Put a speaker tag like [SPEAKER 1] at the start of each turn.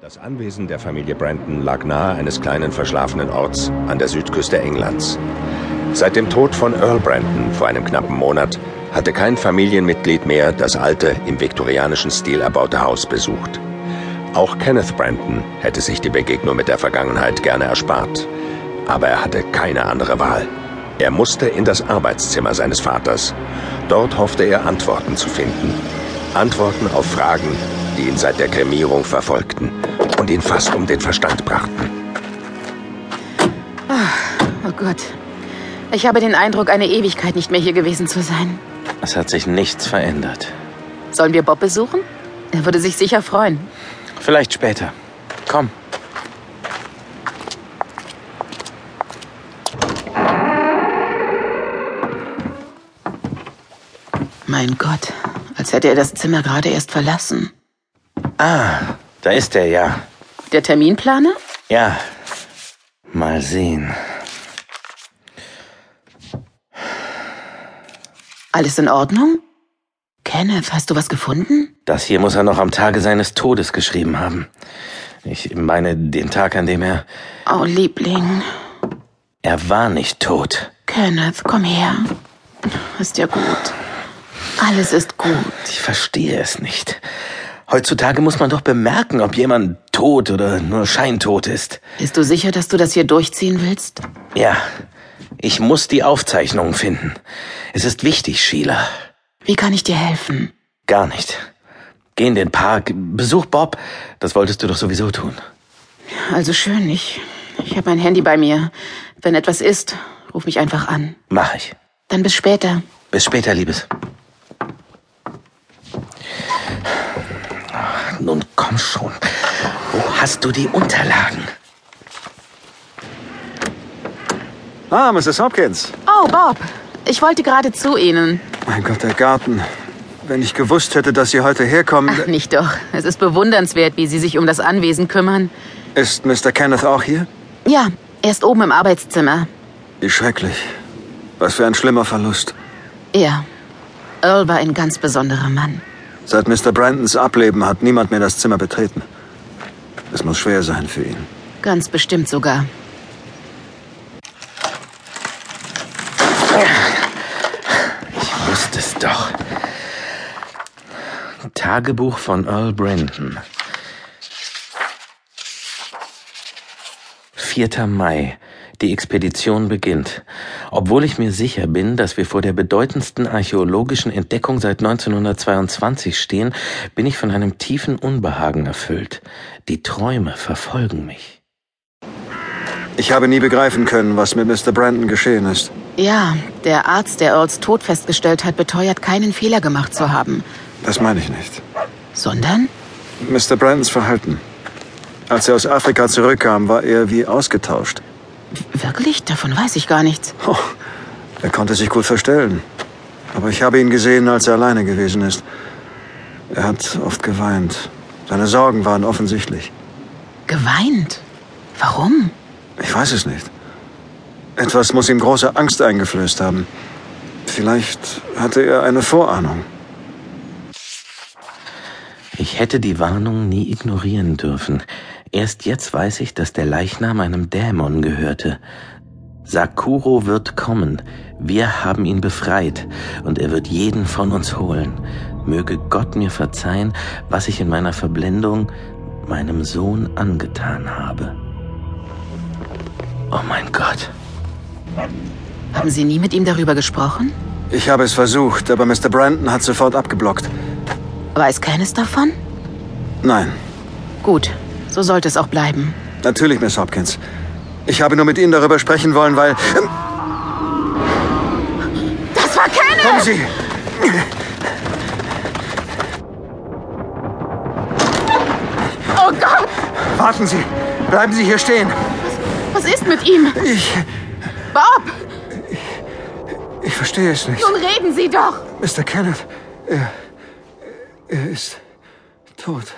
[SPEAKER 1] Das Anwesen der Familie Brandon lag nahe eines kleinen verschlafenen Orts an der Südküste Englands. Seit dem Tod von Earl Brandon vor einem knappen Monat hatte kein Familienmitglied mehr das alte, im viktorianischen Stil erbaute Haus besucht. Auch Kenneth Brandon hätte sich die Begegnung mit der Vergangenheit gerne erspart. Aber er hatte keine andere Wahl. Er musste in das Arbeitszimmer seines Vaters. Dort hoffte er Antworten zu finden. Antworten auf Fragen, die ihn seit der Kremierung verfolgten und ihn fast um den Verstand brachten.
[SPEAKER 2] Oh Gott. Ich habe den Eindruck, eine Ewigkeit nicht mehr hier gewesen zu sein.
[SPEAKER 3] Es hat sich nichts verändert.
[SPEAKER 2] Sollen wir Bob besuchen? Er würde sich sicher freuen.
[SPEAKER 3] Vielleicht später. Komm.
[SPEAKER 2] Mein Gott, als hätte er das Zimmer gerade erst verlassen.
[SPEAKER 3] Ah, da ist er ja.
[SPEAKER 2] Der Terminplaner?
[SPEAKER 3] Ja. Mal sehen.
[SPEAKER 2] Alles in Ordnung? Kenneth, hast du was gefunden?
[SPEAKER 3] Das hier muss er noch am Tage seines Todes geschrieben haben. Ich meine den Tag, an dem er...
[SPEAKER 2] Oh, Liebling.
[SPEAKER 3] Er war nicht tot.
[SPEAKER 2] Kenneth, komm her. Ist ja gut. Alles ist gut.
[SPEAKER 3] Ich verstehe es nicht. Heutzutage muss man doch bemerken, ob jemand tot oder nur scheintot ist.
[SPEAKER 2] Bist du sicher, dass du das hier durchziehen willst?
[SPEAKER 3] Ja, ich muss die Aufzeichnungen finden. Es ist wichtig, Sheila.
[SPEAKER 2] Wie kann ich dir helfen?
[SPEAKER 3] Gar nicht. Geh in den Park, besuch Bob. Das wolltest du doch sowieso tun.
[SPEAKER 2] Also schön, ich, ich habe mein Handy bei mir. Wenn etwas ist, ruf mich einfach an.
[SPEAKER 3] Mach ich.
[SPEAKER 2] Dann bis später.
[SPEAKER 3] Bis später, Liebes. Nun komm schon. Wo hast du die Unterlagen?
[SPEAKER 4] Ah, Mrs. Hopkins.
[SPEAKER 2] Oh, Bob. Ich wollte gerade zu Ihnen.
[SPEAKER 4] Mein Gott, der Garten. Wenn ich gewusst hätte, dass Sie heute herkommen,
[SPEAKER 2] Ach, nicht doch. Es ist bewundernswert, wie Sie sich um das Anwesen kümmern.
[SPEAKER 4] ist Mr. Kenneth auch hier?
[SPEAKER 2] Ja, er ist oben im Arbeitszimmer.
[SPEAKER 4] Wie schrecklich. Was für ein schlimmer Verlust.
[SPEAKER 2] Ja. Earl war ein ganz besonderer Mann.
[SPEAKER 4] Seit Mr. Brandons Ableben hat niemand mehr das Zimmer betreten. Es muss schwer sein für ihn.
[SPEAKER 2] Ganz bestimmt sogar.
[SPEAKER 3] Ich wusste es doch. Tagebuch von Earl Brandon. 4. Mai. Die Expedition beginnt. Obwohl ich mir sicher bin, dass wir vor der bedeutendsten archäologischen Entdeckung seit 1922 stehen, bin ich von einem tiefen Unbehagen erfüllt. Die Träume verfolgen mich.
[SPEAKER 4] Ich habe nie begreifen können, was mit Mr. Brandon geschehen ist.
[SPEAKER 2] Ja, der Arzt, der Earls Tod festgestellt hat, beteuert, keinen Fehler gemacht zu haben.
[SPEAKER 4] Das meine ich nicht.
[SPEAKER 2] Sondern?
[SPEAKER 4] Mr. Brandons Verhalten. Als er aus Afrika zurückkam, war er wie ausgetauscht.
[SPEAKER 2] Wirklich? Davon weiß ich gar nichts.
[SPEAKER 4] Oh, er konnte sich gut verstellen. Aber ich habe ihn gesehen, als er alleine gewesen ist. Er hat oft geweint. Seine Sorgen waren offensichtlich.
[SPEAKER 2] Geweint? Warum?
[SPEAKER 4] Ich weiß es nicht. Etwas muss ihm große Angst eingeflößt haben. Vielleicht hatte er eine Vorahnung.
[SPEAKER 3] Ich hätte die Warnung nie ignorieren dürfen. Erst jetzt weiß ich, dass der Leichnam einem Dämon gehörte. Sakuro wird kommen. Wir haben ihn befreit und er wird jeden von uns holen. Möge Gott mir verzeihen, was ich in meiner Verblendung meinem Sohn angetan habe. Oh mein Gott.
[SPEAKER 2] Haben Sie nie mit ihm darüber gesprochen?
[SPEAKER 4] Ich habe es versucht, aber Mr. Brandon hat sofort abgeblockt.
[SPEAKER 2] Weiß keines davon?
[SPEAKER 4] Nein,
[SPEAKER 2] Gut, so sollte es auch bleiben.
[SPEAKER 4] natürlich, Miss Hopkins. Ich habe nur mit Ihnen darüber sprechen wollen, weil... Ähm,
[SPEAKER 2] Das war Kenneth!
[SPEAKER 4] kommen Sie!
[SPEAKER 2] Oh Gott!
[SPEAKER 4] Warten Sie! Bleiben Sie hier stehen!
[SPEAKER 2] Was ist mit ihm?
[SPEAKER 4] Ich...
[SPEAKER 2] Bob,
[SPEAKER 4] Ich verstehe es nicht.
[SPEAKER 2] nun reden Sie doch!
[SPEAKER 4] Mr. Kenneth, er... Er ist tot.